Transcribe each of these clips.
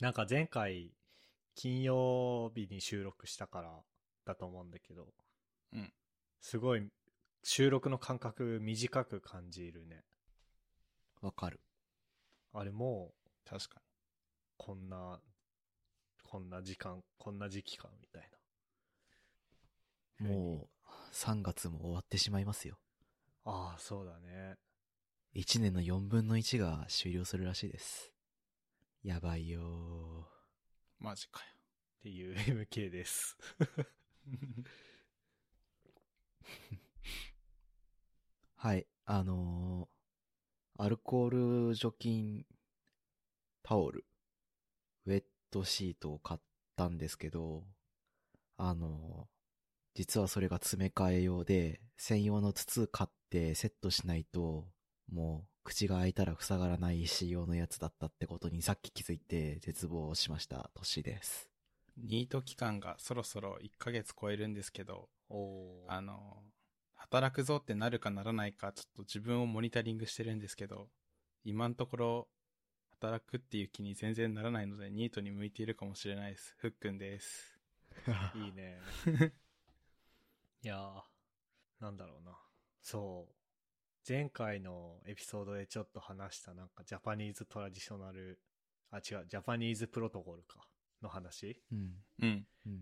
なんか前回、金曜日に収録したからだと思うんだけど、うん。すごい収録の間隔短く感じるね。わかる。あれもう、確かこんな、こんな時間、こんな時期か、みたいな。もう、3月も終わってしまいますよ。ああ、そうだね。 1年の4分の1が終了するらしいです。やばいよに。マジかよ。っていう MK です。ー。はい、あのー、アルコール除菌タオル、ウェットシートを買ったんですけど、あのー、実はそれが詰め替え用で、専用の筒買ってセットしないと、もう口が開いたら塞がらない仕様のやつだったってことにさっき気づいて絶望しました、年です。ニート期間がそろそろ1ヶ月超えるんですけど、おあの、働くぞってなるかならないか、ちょっと自分をモニタリングしてるんですけど、今のところ、働くっていう気に全然ならないので、ニートに向いているかもしれないです。ふっくんです。いいね。いやー、なんだろうな。そう。前回のエピソードでちょっと話したなんかジャパニーズトラディショナル、あ、違う、ジャパニーズプロトコルか、の話。うん。うん。うん。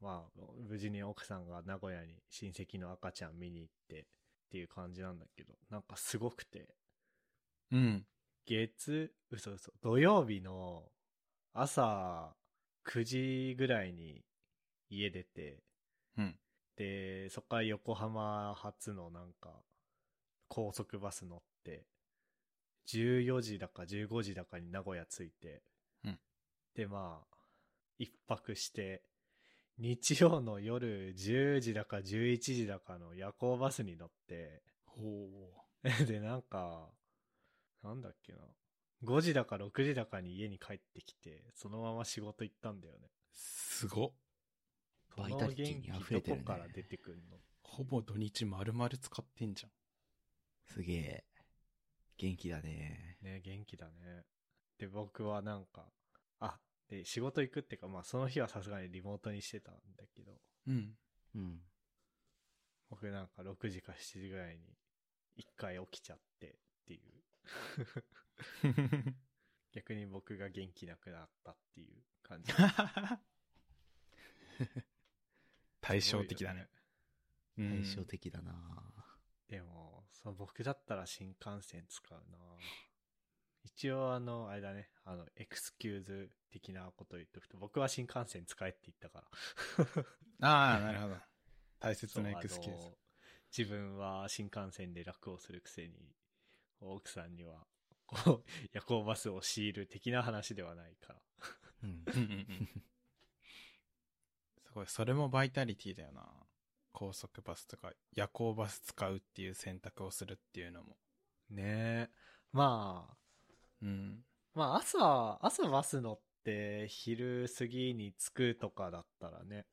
まあ、無事に奥さんが名古屋に親戚の赤ちゃん見に行ってっていう感じなんだけど、なんかすごくて、うん。月、嘘嘘、土曜日の朝9時ぐらいに家出て、うん。で、そこから横浜発のなんか、高速バス乗って、14時だか15時だかに名古屋着いて、うんで、まあ、一泊して、日曜の夜10時だか11時だかの夜行バスに乗って、 ほで、なんか、なんだっけな。5時だか6時だかに家に帰ってきて、そのまま仕事行ったんだよね。すごっ。バイタリティに溢れその元てるね気どこから出てくんのほぼ土日丸々使ってんじゃん。すげえ。元気だね。ね元気だね。で、僕はなんか、あ、で、仕事行くってか、まあその日はさすがにリモートにしてたんだけど、うん。うん。僕なんか6時か7時ぐらいに一回起きちゃってっていう、 逆に僕が元気なくなったっていう感じ。 対照的だね。。対対照。的だな、でも、そう僕だったら新幹線使うな一応あの、あれだね、あの、エクスキューズ的なこと言っとくと、僕は新幹線使えって言ったから。ああ、なるほど。大切なエクスキそューうあズの。自分は新幹線で楽をするくせに、奥さんには、こう、夜行バスを強いる的な話ではないから。うん、うんうんうんすごい、それもバイタリティだよな。高速バスとか夜行バス使うっていう選択をするっていうのも。ねえ。まあ、うん。まあ朝、朝バス乗って昼過ぎに着くとかだったらね、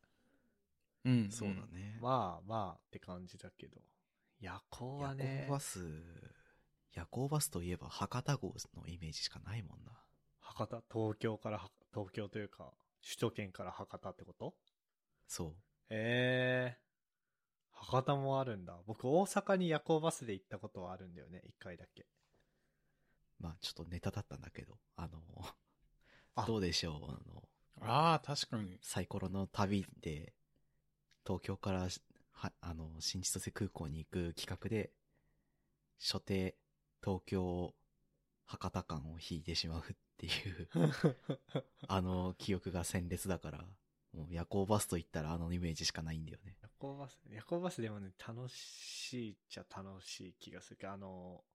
うん。そうだ。ね。まあまあって感じだけど、夜行は夜ね行、バス、夜行バスといえば博多号のイメージしかないもんな。博多、東京からは、東京というか、首都圏から博多ってことそええ博多もあるんだ。僕、大阪に夜行バスで行ったことはあるんだよね、一回だけ。う。まあちょっとネタだったんだけど、あの、あどうでしょう、あの、ああ、確かに。サイコロの旅で、東京からし、は、あの、新千歳空港に行く企画で、所定、東京、博多間を引いてしまうっていう、あの記憶が鮮烈だから、もう夜行バスと言ったらあのイメージしかないんだよね。夜行バス、夜行バスでもね、楽しいっちゃ楽しい気がするけど、あの、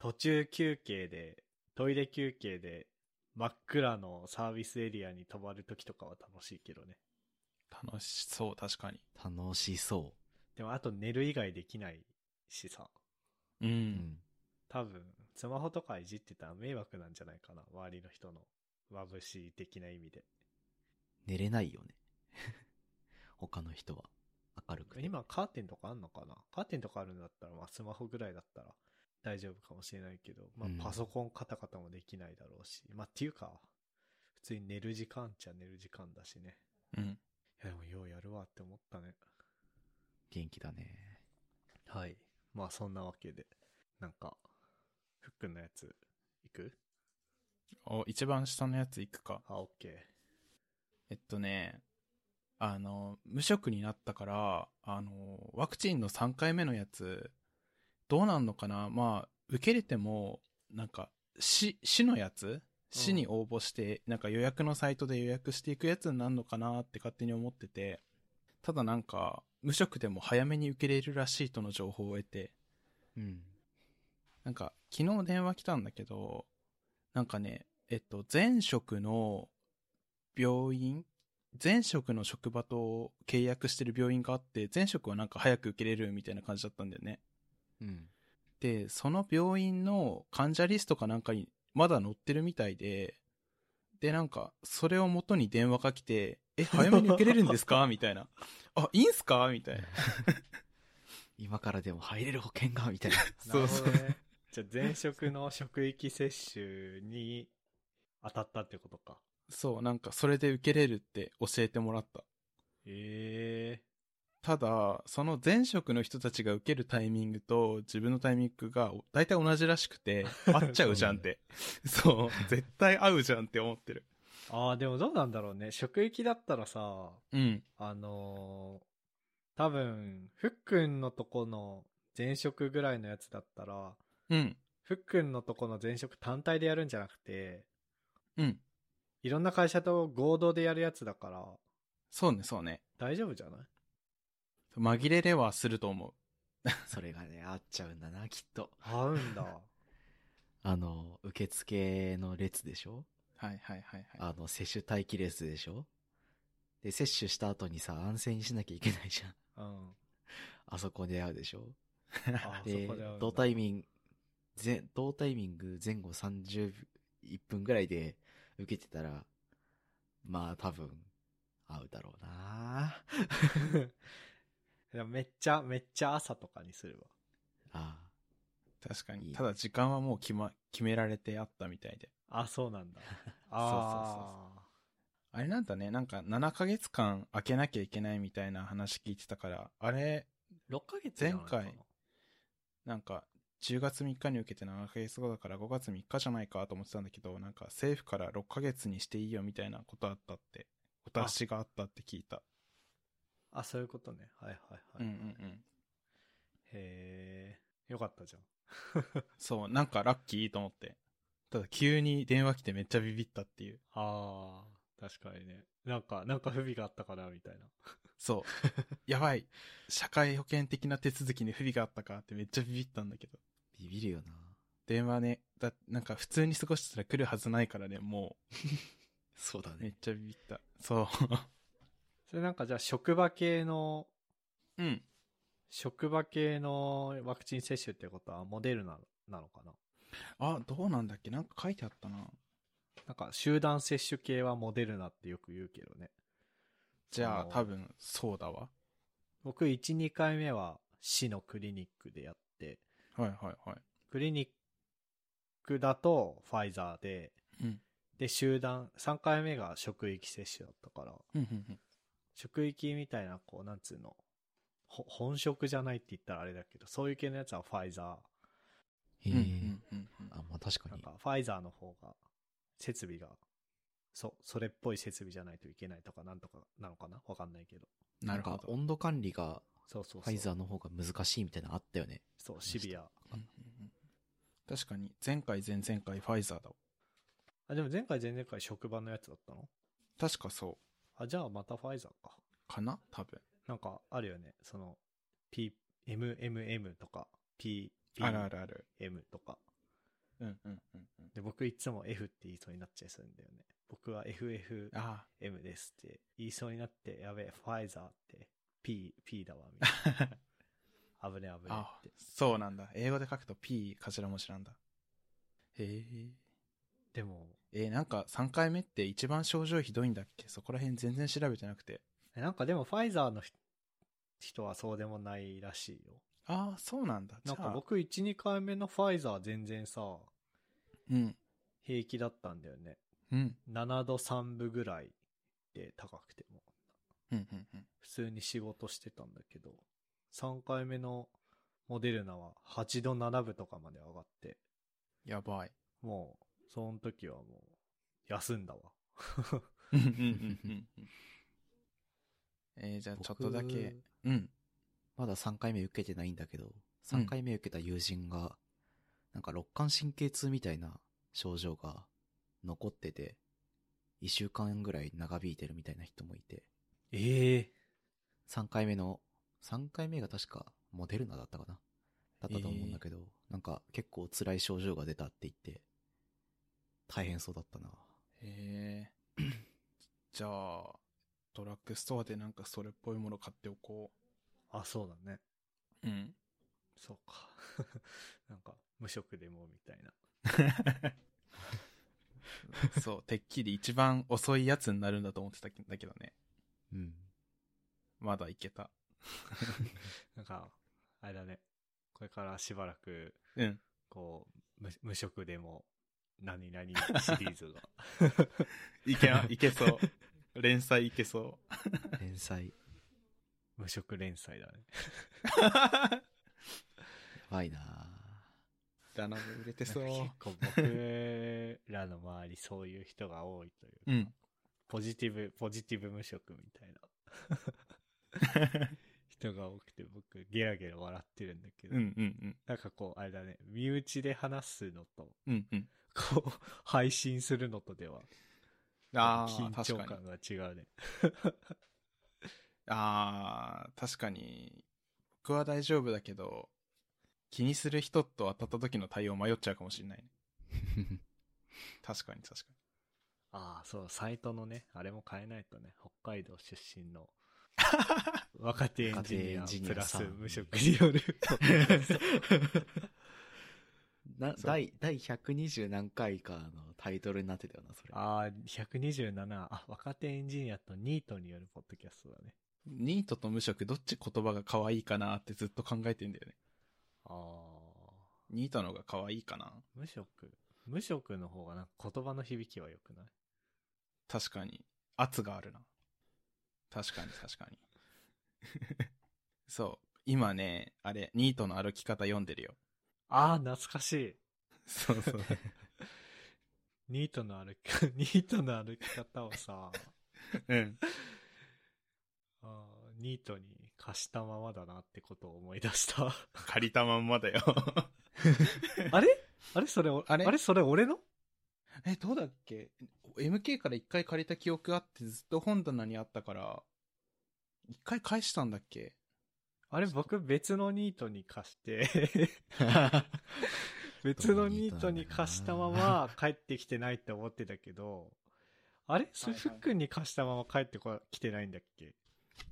途中休憩で、トイレ休憩で、真っ暗のサービスエリアに泊まるときとかは楽しいけどね。楽しそう、確かに。楽しそでも、あと寝る以外できないしさ。う。う。うんん。多分、スマホとかいじってたら迷惑なんじゃないかな。周りの人の眩しい的な意味で。寝れないよね。 他の人は。明るくて。今カーテンとかあんのかなカーテンとかあるんだったら、まあスマホぐらいだったら大丈夫かもしれないけど、まうんあパソコンカタカタもできないだろうし、まあっていうか、普通に寝る時間っちゃ寝る時間だしね。うん。いや、でもようやるわって思ったね。元気だね。はい。まあそんなわけで、なんか、ふっくんのやつ、いくお、一番下のやついくか。あ、オッケー。えっとね、あの、無職になったから、あの、ワクチンの3回目のやつ、どうなんのかなまあ、受け入れても、なんか、市、市のやつ市に応募して、なんか予約のサイトで予約していくやつになるのかなって勝手に思ってて、ただなんか、無職でも早めに受け入れるらしいとの情報を得て、うん。なんか、昨日電話来たんだけど、なんかね、えっと、前職の病院前職の職場と契約してる病院があって、前職はなんか早く受けれるみたいな感じだったんだよね。うん。で、その病院の患者リストかなんかにまだ載ってるみたいで、で、なんか、それを元に電話が来て、え、早めに受けれるんですかみたいな。あ、いいんすかみたいな。 今からでも入れる保険が、みたいな。 そうそうなるほどね。じゃあ前職の職域接種に当たったってことか。そう、なんか、それで受けれるって教えてもらった。ええただ、その前職の人たちが受けるタイミングと自分のタイミングが大体同じらしく て、合っちゃうじゃんって。そう、絶対合うじゃんって思ってる。ああ、でもどうなんだろうね。職域だったらさ、うん。あのー多分、ふっくんのとこの前職ぐらいのやつだったら、うん。ふっくんのとこの前職単体でやるんじゃなくて、うん。いろんな会社と合同でやるやつだから、そうね、そうね。大丈夫じゃない紛れれはすると思 それがね、合っちゃうんだな、きっと。合うんだ。あの、受付の列でしょう。はいはいはいはい。あの、接種待機列でしょで、接種した後にさ、安静にしなきゃいけないじゃん。 うん。あそこで会うでしょあでそこで合うんだ、同タイミング、前、同タイミング前後31分ぐらいで受けてたら、まあ多分、合うだろうな いやめっちゃ、めっちゃ朝とかにするわ。あ確かいいに。ねただ時間はもう決ま、決められてあったみたいで。あ、 そうなんだ。あああれなんだね、なんか7ヶ月間開けなきゃいけないみたいな話聞いてたから、あれ、あ。6ヶ月前回なんか、10月3日に受けて7ヶ月後だから5月3日じゃないかと思ってたんだけど、なんか政府から6ヶ月にしていいよみたいなことあったって、お達しがあったって聞いた。あ、そういうことね。はいはいはうい。んうへんうん。え。よかったじゃん。そう、なんかラッキーと思って。ただ急に電話来てめっちゃビビったっていう。ああ、確かにね。なんか、なんか不備があったかな、みたいな。 そう。やばい。社会保険的な手続きに不備があったかってめっちゃビビったんだけど。ービビるよな電話ね、だ、なんか普通に過ごしてたら来るはずないからね、もそうだう、めっ。ちゃビビった。そそれなんかじゃあ、職場系の、う。うん。職場系のワクチン接種ってことはモデルナなのかなあ、どうなんだっけなんか書いてあったな。なんか集団接種系はモデルナってよく言うけどね。じゃあその多分そうだわ。僕1、2回目は市のクリニックでやって、はいはいはい。クリニックだとファイザーで、うんで、集団、3回目が職域接種だったから、うんうんうん職域みたいな、こう、なんつうの、ほ本職じゃないって言ったらあれだけど、そういう系のやつはファイザへえ、うんうんうんうんあ、まあ確ー。かなんに。か、ファイザーの方が、設備が、そ、それっぽい設備じゃないといけないとか、なんとかなのかなわかんないけど。なるんほかど。温度管理がそうそうそう。ファイザーの方が難しいみたいなのあったよね。そう、シビア。うんうんうん確かに、前回前々回ファイザーだわ。あ、でも前回前々回職場のやつだったの確かそあ、じゃあまたファイザーか。う。かな多分。なんかあるよね。その、P、MMM とか、P、あるあるある。 M とか。うんうんうんうん。で、僕いつも F って言いそうになっちゃいそうなんだよね。僕は FFM あですって言いそうになって、やべえ、ファイザーって P、P だわ、みたい あ。な。危ねえ危ねあえって。そうなんだ。英語で書くと P 頭文字なんだ。へえ。でも、えーなんか3回目って一番症状ひどいんだっけそこら辺全然調べてなくて。えなんかでもファイザーのひ人はそうでもないらしいよ。ああ、そうなんだ。なんじゃかあ、僕1、2回目のファイザー全然さ、うん。平気だったんだよね。うん。 7度3分ぐらいで高くても、うん、うん、うん。普通に仕事してたんだけど、3回目のモデルナは8度7分とかまで上がって、やばい。もう、その時はもう、休んだわ。うん、うん、うん、うん。えー、じゃあちょっとだけ。僕うん。まだ3回目受けてないんだけど、3回目受けた友人が、なんか肋間神経痛みたいな症状が残ってて、1週間ぐらい長引いてるみたいな人もいて、ええ3回目の、3回目が確かモデルナだったかなだったと思うんだけど、なんか結構辛い症状が出たって言って、大変そうだったな。えー、じゃあ、ドラッグストアでなんかそれっぽいもの買っておこあ、そうだね。う。うん。そうか。 なんか、無職でもみたいな。そう、てっきり一番遅いやつになるんだと思ってたんだけどね。うん。まだいけた。なんか、あれだね。これからしばらく、うん。こう、無無職でも、何々シリーズ が。いけな、いけそう。連載いけそ連載、無職連載 だね。う。やばいな ラナメ売れてなんか結構僕らの周りそういう人が多いというか、うん。ポジティブ、ポジティブ無職みたいな 人が多くて僕ゲラゲラ笑ってるんだけど、うんうんなんかこうあれだね、身内で話すのと、うん。うんうん。こう配信するのとではあ緊あ、確張かに。感が違うね。ああ、確かに。僕は大丈夫だけど、気にする人と当たった時の対応迷っちゃうかもしれないね。確かに確かああ、そう、サイトのね、あれも変えないとね、北海道出身 の若手エンジニア若手エンジニプアラさスん無職による。なそう第、第120何回かのタイトルになってたよな、それ。 ああ、127、あ、若手エンジニアとニートによるポッドキャストだね。に。ニートと無職どっち言葉が可愛いかなってずっと考えてんだよね。ああ、ニートの方が可愛いかな無職。無職の方がなんか言葉の響きは良くない確かに。圧があるな。確かに確かに。 そう。今ね、あれ、ニートの歩き方読んでるよ。ああ、懐かしい。そうそう。ニートの歩き、 ニートの歩き方をさ、 うん。あーニートに貸したままだなってことを思い出した。 借りたまんまだよ。あれあれそれ、ああれれあれそれ俺のえ、どうだっけ ?MK から一回借りた記憶あってずっと本棚にあったから、一回返したんだっけあれ僕別のニートに貸して、 別のニートに貸したまま帰ってきてないって思ってたけど、あれそれはいふはいっくんに貸したまま帰ってこ来てないんだっけ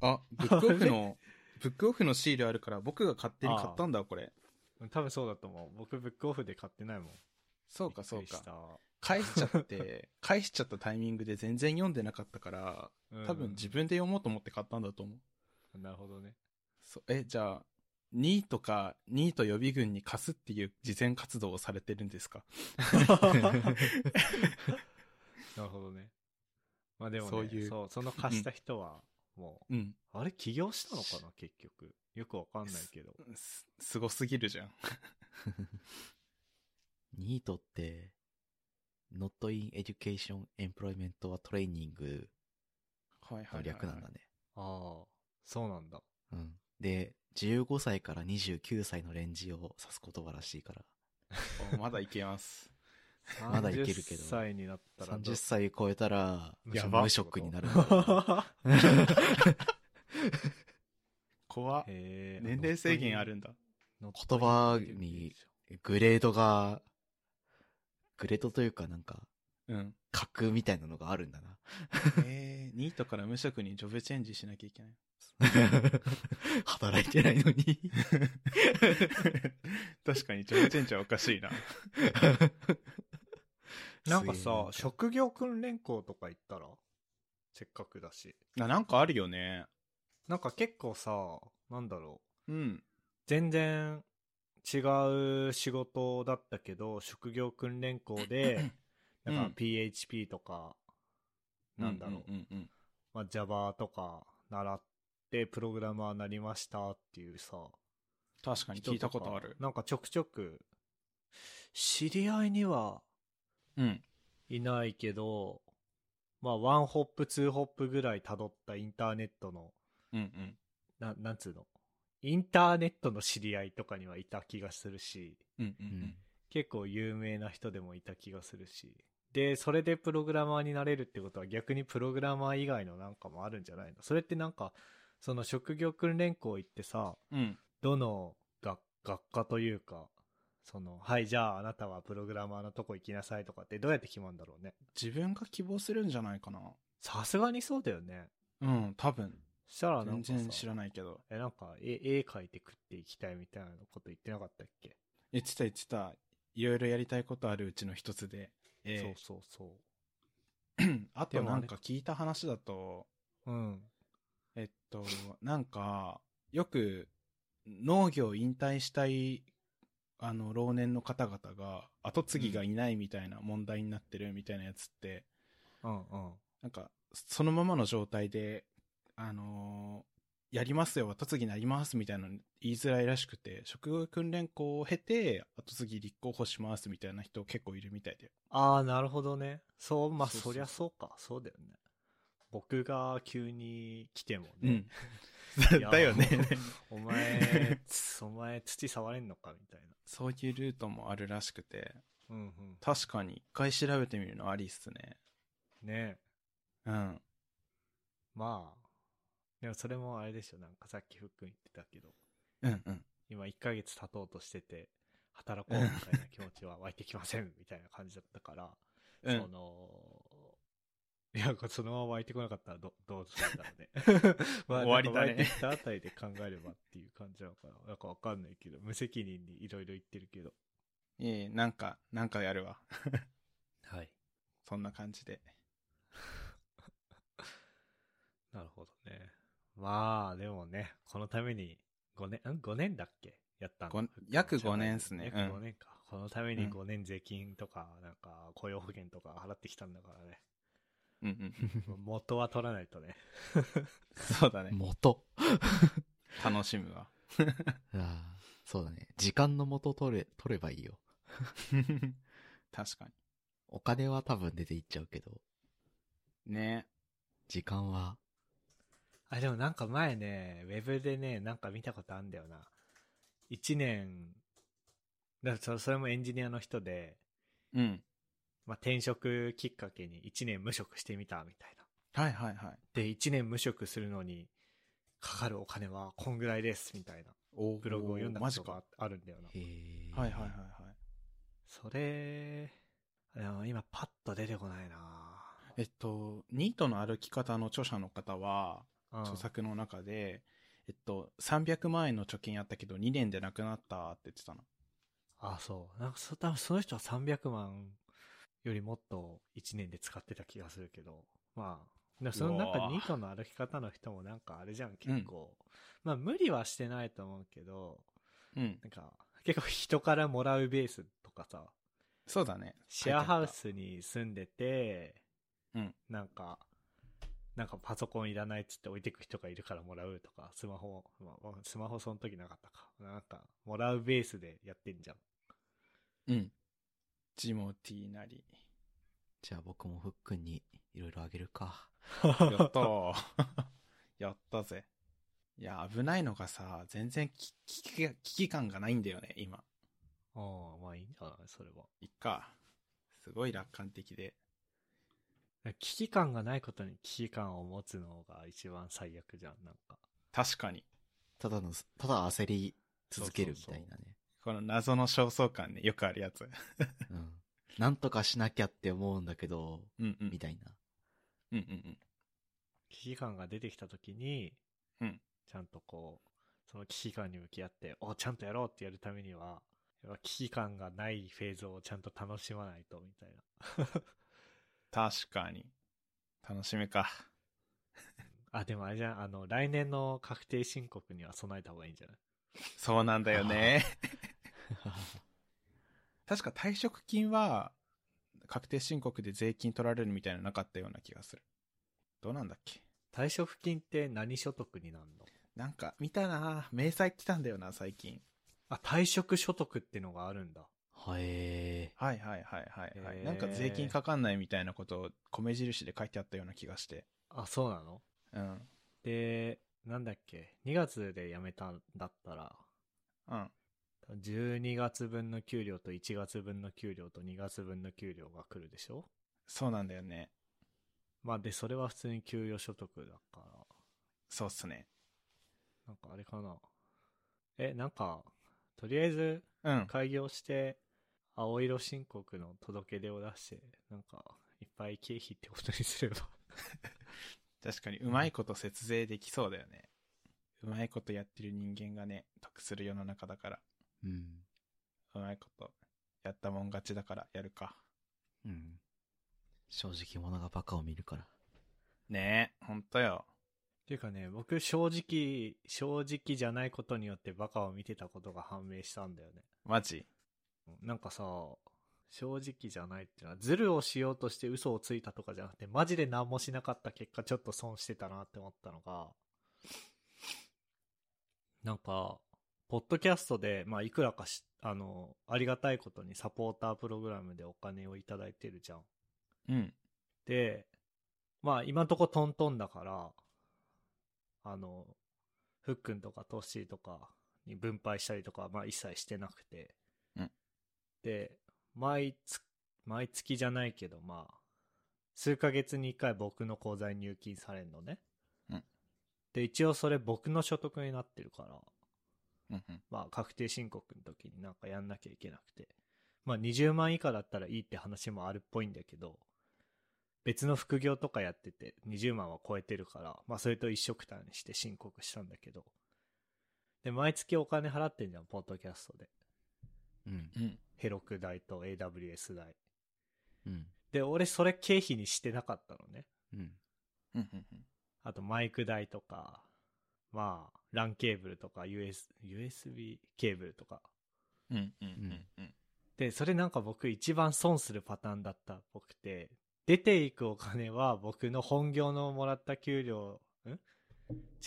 あ、ブックオ フの、ブックオフのシールあるから僕が勝手に買ったんだ、これ。多分そうだと思う。僕ブックオフで買ってないもん。そうか、そうびっくりしか。た。返しちゃって、 返しちゃったタイミングで全然読んでなかったから、うん多分自分で読もうと思って買ったんだと思う。なるほどね。そうえ、じゃあ、ニートか、ニート予備軍に貸すっていう事前活動をされてるんで すかなるほどね。まあでもね、そそうういうそう、その貸した人は、もうん。う、あれ起業したのかな結局。よくわかんないけど。す、すごすぎるじゃん。 ニートって、not in education, employment or training はいはのい。略なんだね。ああ、そうなんだ。うん。で、15歳から29歳のレンジを指す言葉らしいから、おまだいけます。まだいけるけど30歳になったらど30歳超えたら、やば無職になるんだ ろうな怖っへえ年齢制限あるんだ。言言葉にグレードが、グレードというかなんか、うん。格みたいなのがあるんだな。えー、ニートから無職にジョブチェンジしなきゃいけない。 働いてないのに。確かにジョブチェンジはおかしいな。なんかさ、すげえ職業訓練校とか行ったらせっかくだし。 ななんかあるよね。なんか結構さ、なんだろう。うん。全然 違う仕事だったけど、職業訓練校でだかうらん PHP とか、なんだろう、うんうんうんまあ、Java とか習ってプログラマーになりましたっていうさ、確かに聞いたことあ人るか。なんかちょくちょく、知り合いにはうん。いないけど、まあ、ワンホップ、ツーホップぐらい辿ったインターネットの、うんうん。ななんつうの、インターネットの知り合いとかにはいた気がするし、うんううんん。結構有名な人でもいた気がするし。で、それでプログラマーになれるってことは逆にプログラマー以外のなんかもあるんじゃないのそれってなんか、その職業訓練校行ってさ、うん。うん。どの学学科というか、その、はい、じゃああなたはプログラマーのとこ行きなさいとかってどうやって決まるんだろうね。自分が希望するんじゃないかな。さすがにそうだよね。うん、多分。したらなん全かさ、然知らないけど。え、なんか、絵、絵描いて食っていきたいみたいなこと言ってなかったっけ、言ってた言ってた。いろいろやりたいことあるうちの一つで。えそうそうそー あとなんでもか聞いた話だと、う。うん。えっと、なんか、よく農業引退したい、あの、老年の方々が、後継ぎがいないみたいな問題になってるみたいなやつって、うんうん。なんか、そのままの状態で、あのーやりますよ、後継ぎになりますみたいなの言いづらいらしくて、職業訓練校を経て、後継ぎ立候補しますみたいな人結構いるみたいで。ああ、なるほどね。そう、まあ、そうそうそうそりゃそうか。そうだよね。僕が急に来てもうねん。。 いやだよね。 お前、つお前土触れんのかみたいそういうルートもあるらしくて、な。うんうん。確かに一回調べてみるのありっすね。ねえ。うん。まあ。でもそれもあれでしょ。なんかさっきふっくん言ってたけど、うんうん。今1ヶ月経とうとしてて、働こうみたいな気持ちは湧いてきませんみたいな感じだったから、うそん。の、いや、これそのまま湧いてこなかったらどどうするんだ ろうね。まあ終わりだねなんか湧いてきたあたりで考えればっていう感じなのかな。なんかわかんないけど、無責任にいろいろ言ってるけど。ええなんか、なんかやるわ。 はい。そんな感じで。なるほどね。まあ、でもね、このために5年、ん ?5 年だっけやったのご約5年っすね約うん5年か。このためにうん5年税金とか、なんか雇用保険とか払ってきたんだからね。 うんうん。 元は取らないとね。そうだね。元。楽しむわ。 あーそうだね。時間の元取れ、取ればいいよ。確かお金は多分出ていっちゃうけど、に。ね。時間は、あ、でもなんか前ね、ウェブでね、なんか見たことあんだよな。一年、だからそそれもエンジニアの人で、うん。まあ、転職きっかけに一年無職してみたみたいな。はいはいはい。で、一年無職するのに、かかるお金はこんぐらいです、みたいな。おブログを読んだマこジとか。がああるんだよな。へーはいはいはいはい。それ、でも今パッと出てこないなえっと、ニートの歩き方の著者の方うんは、著作の中で、えっと、300万円の貯金あったけど2年でなくなったって言ってたの。あ、そう。なんかそ、多分その人は300万よりもっと1年で使ってた気がするけど、まあ、でもそのう中わーニートの歩き方の人もなんかあれじゃん、結構。まあ、無理はしてないと思うけど、うん。なんか、結構人からもらうベースとかさ、そうだね。シェアハウスに住んでて、うんなんか、なんかパソコンいらないっつって置いてく人がいるからもらうとか、スマホ、まあスマホその時なかったか。なんか、もらうベースでやってんじゃん。うん。ジモティーなり。じゃあ僕もふっくんにいろいろあげるか。やったー やったぜ。いや、危ないのがさ、全然き危機が危機感がないんだよね、今。ああ、まあいいんじゃないそれは。いっか。すごい楽観的で。危機感がないことに危機感を持つのが一番最悪じゃん、なんか。確かに。ただの、ただ焦り続けるみたいなね。この謎の焦燥感ね、よくあるやつ。うん。なんとかしなきゃって思うんだけど、うんうん。みたいな。うんうん危機感が出てきた時に、うんちゃんとこう、その危機感に向き合って、お、ちゃんとやろうってやるためには、やっぱ危機感がないフェーズをちゃんと楽しまないと、みたいな。確かに。楽しみか。あ、でもあれじゃん、あの、来年の確定申告には備えた方がいいんじゃないそうなんだよね。確か退職金は、確定申告で税金取られるみたいなのなかったような気がする。どうなんだっけ退職金って何所得になんのなんか、見たなぁ明細来たんだよな、最近。あ、退職所得ってのがあるんだ。はえはいはいはいはい、はへい。ーなんか税金かかんないみたいなことを米印で書いてあったような気がして。あ、そうなのうん。で、なんだっけ ?2 月で辞めたんだったら、うん。 12月分の給料と1月分の給料と2月分の給料が来るでしょそうなんだよね。まあで、それは普通に給与所得だから。そうっすね。なんかあれかな。え、なんか、とりあえずうん。開業して、青色申告の届け出を出して、なんか、いっぱい経費ってことにすれば。 確かに、うまいこと節税できそうだよね。うまいことやってる人間がね、得する世の中だから。ー。うん。うまいこと、やったもん勝ちだからやるか。うん。正直者がバカを見るから。ねえ、ほんとよ。っていうかね、僕正直、正直じゃないことによってバカを見てたことが判明したんだよね。マジなんかさ、正直じゃないっていうのは、ズルをしようとして嘘をついたとかじゃなくて、マジで何もしなかった結果、ちょっと損してたなって思ったのが、なんか、ポッドキャストで、まあ、いくらかし、あの、ありがたいことにサポータープログラムでお金をいただいてるじゃん。うん。で、まあ今んとこトントンだから、あの、ふっくんとかトッシーとかに分配したりとかはまあ一切してなくて、うんで、毎月、毎月じゃないけどまあ、数ヶ月に一回僕の口座に入金されんのね。うんで、一応それ僕の所得になってるから、うんうん。まあ確定申告の時になんかやんなきゃいけなくて。まあ20万以下だったらいいって話もあるっぽいんだけど、別の副業とかやってて20万は超えてるから、まあそれと一緒くたにして申告したんだけど。で、毎月お金払ってんじゃん、ポッドキャストで。うん。うん。ヘロク代と AWS 代。うん。で、俺それ経費にしてなかったのね。うん。うんうんうん。あとマイク代とか、まあ、LAN ケーブルとか US、USB ケーブルとか、うんうんうんうん。で、それなんか僕一番損するパターンだったっぽくて、出ていくお金は僕の本業のもらった給料、ん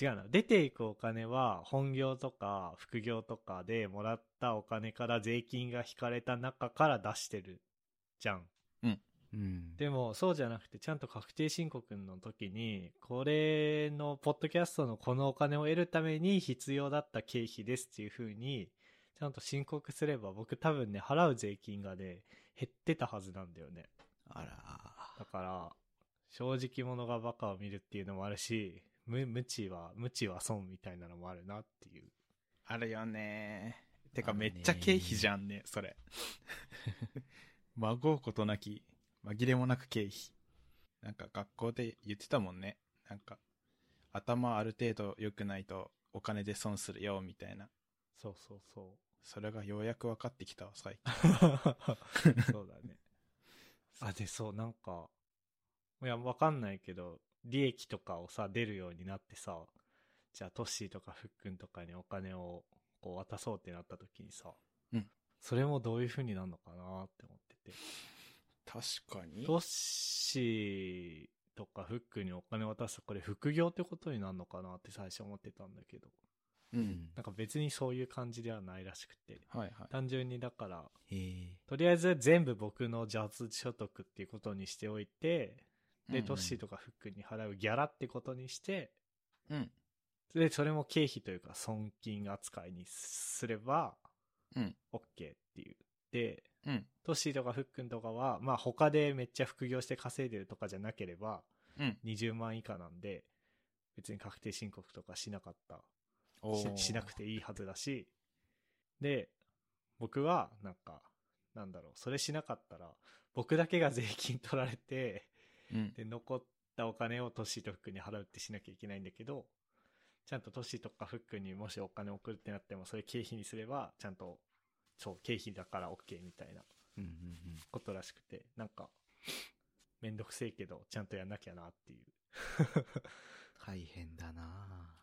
違うな。出ていくお金は本業とか副業とかでもらったお金から税金が引かれた中から出してるじゃん。うん。でもそうじゃなくてちゃんと確定申告の時にこれのポッドキャストのこのお金を得るために必要だった経費ですっていう風にちゃんと申告すれば僕多分ね払う税金がね減ってたはずなんだよ ねあらだから正直者がバカを見るっていうのもあるし無無知は無知は損みたいなのもあるなっていうあるよねてかあるめねっちゃ経費じゃんね、それ。 まごうことなき、紛れもなく経費。なんか学校で言ってたもんね。なんか、頭ある程度良くないとお金で損するよ、みたいな。そうそうそそれがようやく分かってきたわ、最近。う そうだねあ、で、そう、なんか、いや、わかんないけど、利益とかをさ、出るようになってさ、じゃあ、トッシーとかフックンとかにお金をこう渡そうってなった時にさ、うんそれもどういう風になるのかなって思ってて。確かにトッシーとかフックンにお金渡すと、これ副業ってことになるのかなって最初思ってたんだけど、う。ー。うんん。なんか別にそういう感じではないらしくて、はいはい。単純にだから、へえ。とりあえず全部僕のジャズ所得っていうことにしておいて、うんで、うんトッシーとかフックに払うギャラってことにして、うん。で、それも経費というか損金扱いにすれば、うん。 OK っていう。で、うん。トッシーとかフックンとかは、まあ他でめっちゃ副業して稼いでるとかじゃなければ、うん。 20万以下なんで、別に確定申告とかしなかったおーししなくていいはずだし、で、僕は、なんか、なんだろう、それしなかったら、僕だけが税金取られて、うん。で、残ったお金をトシとフックに払うってしなきゃいけないんだけど、ちゃんとトシとかフックにもしお金送るってなっても、それ経費にすれば、ちゃんと、そう、経費だから OK みたいなうんうんことらしくて、なんか、めんどくせえけど、ちゃんとやんなきゃなっていう。 大変だな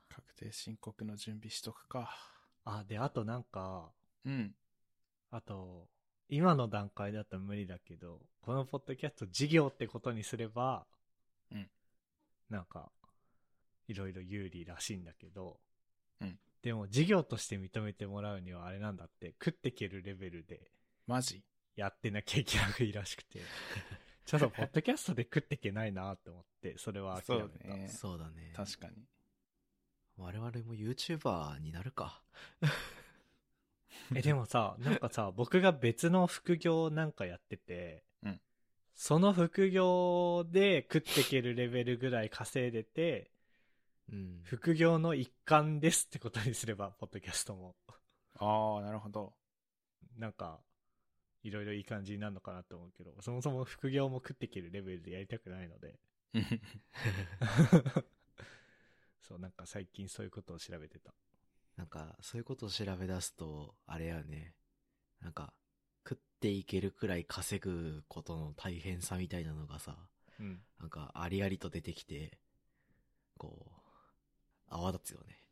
確定申告の準備しとくか。あ、で、あとなんか、うん。あと、今の段階だと無理だけど、このポッドキャスト事業ってことにすれば、うんなんか、いろいろ有利らしいんだけど、うんでも事業として認めてもらうにはあれなんだって、食ってけるレベルでマジやってなきゃいけなくいいらしく て、ちょっとポッドキャストで食ってけないなって思って、それは諦めそうた。ねそうだね。確かに。我々も YouTuber になるか。え、でもさ、なんか さ、僕が別の副業なんかやってて、うんその副業で食っていけるレベルぐらい稼いでて、うん。副業の一環ですってことにすれば、ポッドキャストも、ああ、なるほど。なんか、いろいろいい感じになるのかなと思うけど、そもそも副業も食っていけるレベルでやりたくないので、 そう、なんか最近そういうことを調べてた。なんか、そういうことを調べ出すと、あれやね。なんか、食っていけるくらい稼ぐことの大変さみたいなのがさ、 うん。なんか、ありありと出てきて、こう、泡立つよね。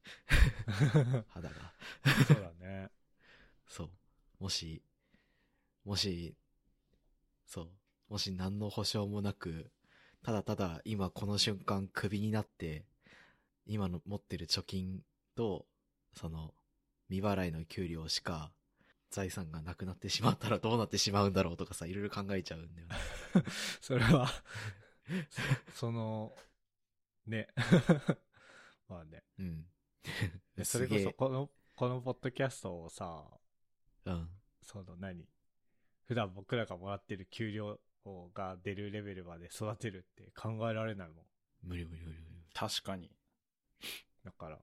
肌が。そうだね。そう。もし、もし、そう。もし何の保証もなく、ただただ今この瞬間クビになって、今の持ってる貯金と、その、未払いの給料しか財産がなくなってしまったらどうなってしまうんだろうとかさ、いろいろ考えちゃうんだよね。 それはそ、その、ね。 まあね。うん。 でそれこそこの、このポッドキャストをさ、そ、うん。その何普段僕らがもらってる給料が出るレベルまで育てるって考えられないもん。無理無理無理無理。 確かに。だから、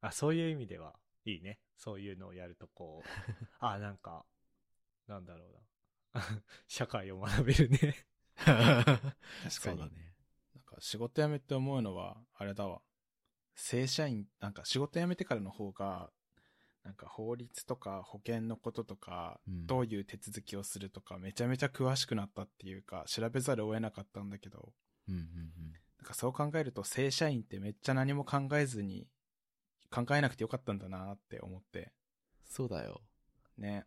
あ、そういう意味では、いいね。そういうのをやるとこ う、あ、なんか、なんだろうな。 社会を学べるね。確そかうに。だなんね。か仕事辞めて思うのは、あれだわ。正社員、なんか仕事辞めてからの方が、なんか法律とか保険のこととか、うんどういう手続きをするとか、めちゃめちゃ詳しくなったっていうか、調べざるを得なかったんだけど、うんうんうん。なんかそう考えると正社員ってめっちゃ何も考えずに、考えなくてよかったんだなって思って、そうだよ。ね。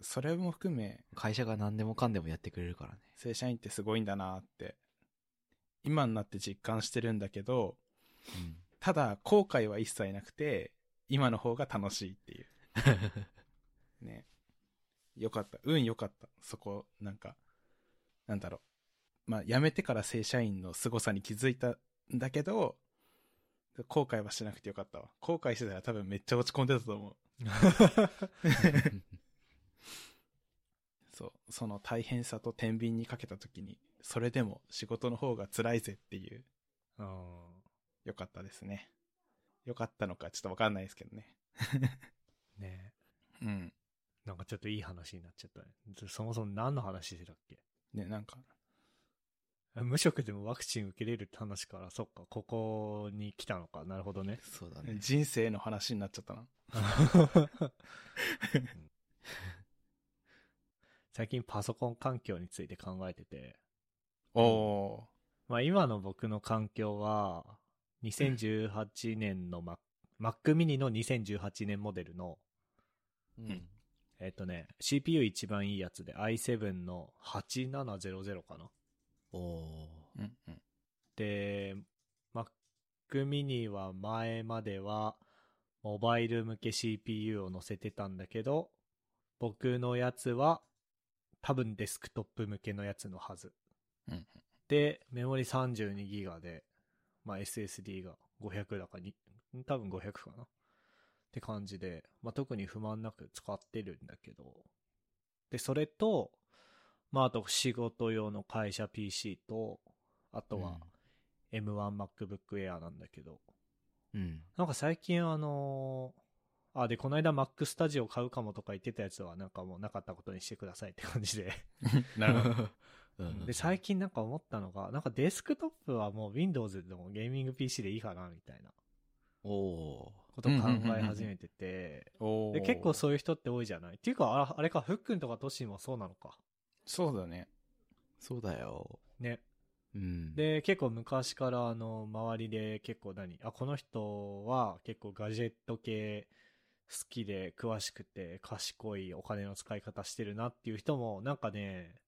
それも含め、会社が何でもかんでもやってくれるからね。正社員ってすごいんだなって、今になって実感してるんだけど、うん。。ただ後悔は一切なくて、今の方が楽しいっていう。ね。よかった。運よかった。そこ、なんか、なんだろう。まあ、辞めてから正社員の凄さに気づいたんだけど、後悔はしなくてよかったわ。後悔してたら多分めっちゃ落ち込んでたと思う。そう。その大変さと天秤にかけた時に、それでも仕事の方が辛いぜっていう、うん。よかったですね。よかったのかちょっとわかんないですけどね。ねうん。なんかちょっといい話になっちゃったね。そもそも何の話してたっけね、なんか、無職でもワクチン受けれるって話から、そっか、ここに来たのか。なるほどねそうだね。人生の話になっちゃったうな。ん最近パソコン環境について考えてて、おおまあ今の僕の環境は、2018年の Mac、Mac mini の2018年モデルの、うん。えっとね、CPU 一番いいやつで i7 の8700かな。おおー。うんうん。で、Mac mini は前までは、モバイル向け CPU を載せてたんだけど、僕のやつは、多分デスクトップ向けのやつのはず。うんうんで、メモリ 32GB で、まあ、SSD が500だかに、ん多分500かな。って感じで、まあ、特に不満なく使ってるんだけど。で、それと、まあ、あと仕事用の会社 PC と、あとは、M1MacBook Air なんだけど、うん。なんか最近あのーあ、で、この間 Mac Studio 買うかもとか言ってたやつはなんかもうなかったことにしてくださいって感じで。なるほど。うん。で、最近なんか思ったのが、なんかデスクトップはもう Windows でもゲーミング PC でいいかなみたいなおおことを考え始めてて、 おーで、結構そういう人って多いじゃないっていうか、ああれか、ふっくんとかトシンもそうなのか。そうだね。そうだよ。ね。うん。、で、結構昔から、あの、周りで結構何あ、この人は結構ガジェット系きで詳しくて賢いお金の使い方してるなっていう人も、なんかね、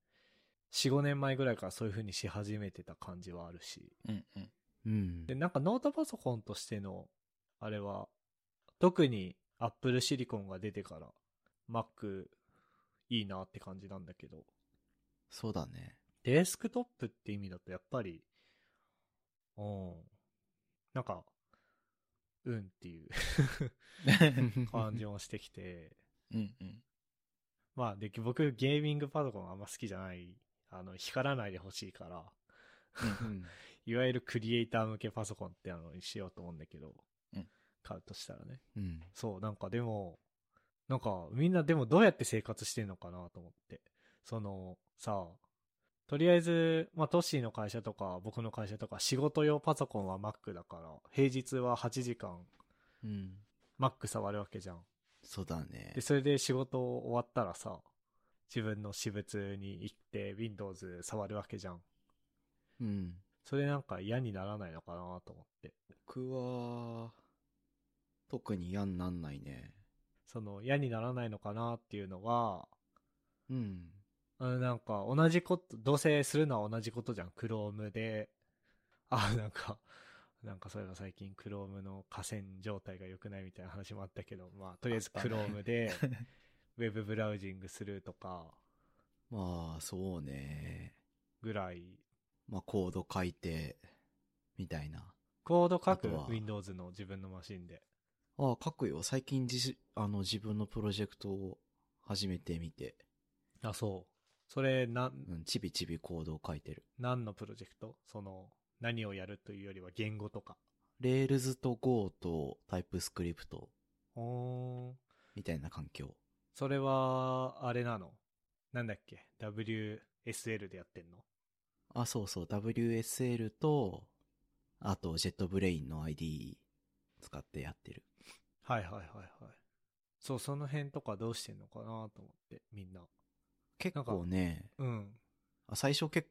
4、5年前ぐらいからそういう風にし始めてた感じはあるし。うんうん。うんで、。なんかノートパソコンとしての、あれは、特に Apple シリコンが出てから、Mac いいなって感じなんだけど、そうだ ね。デスクトップって意味だとやっぱり、うん、なんか、うんって いう感じもしてきて、うんうん。まあ、で、僕、ゲーミングパソコンあんま好きじゃない、あの、光らないでほしいから、うん。いわゆるクリエイター向けパソコンってあのにしようと思うんだけど、うん買うとしたらね。うん。そう、なんかでも、なんかみんなでもどうやって生活してんのかなと思って。その、さあ、とりあえず、まあ、トッシーの会社とか、僕の会社とか、仕事用パソコンは Mac だから、平日は8時間うん。 Mac 触るわけじゃん。そうだねで、。それで仕事終わったらさ、自分の私物に行って Windows 触るわけじゃん。うん。それなんか嫌にならないのかなと思って。僕は、特に嫌になんないね。その嫌にならないのかなっていうのは、うん。うんなんか同じこと、同棲するのは同じことじゃん、クロームで。あ、なんか、なんかそういえば最近クロームの河川状態が良くないみたいな話もあったけど、まあとりあえずあっクたねロームでウェブブラウジングするとかまあ、そうね。ぐらい、まあ、コード書いて、みたいな。コード書あくとは Windows の自分のマシンで。ああ、書くよ。最近自主、あの、自分のプロジェクトを始めてみて、あ、そう。それ、な、うん、ちびちびコードを書いてる。何のプロジェクトその、何をやるというよりは言語とか。レールズと Go とタイプスクリプトおー。みたいな環境。それは、あれなのなんだっけ ?WSL でやってんのあ、そうそう、WSL と、あと、ジェットブレインの ID 使ってやってる。はいはいはいはい。そう、その辺とかどうしてんのかなと思って、みんな。結構ね、うん。あ最初結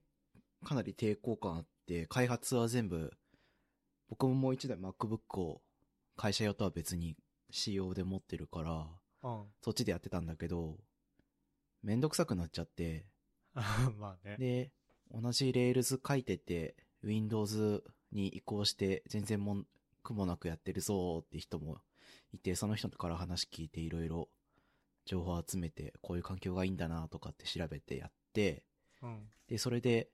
構かなり抵抗感あって、開発は全部、僕ももう一台 MacBook を会社用とは別に仕様で持ってるから、うん。 そっちでやってたんだけど、めんどくさくなっちゃって、まあね。で、同じ Rails 書いてて、Windows に移行して全然もん苦もなくやってるぞーって人もいて、その人から話聞いていろいろ情報集めて、こういう環境がいいんだなとかって調べてやって、うん。で、それで、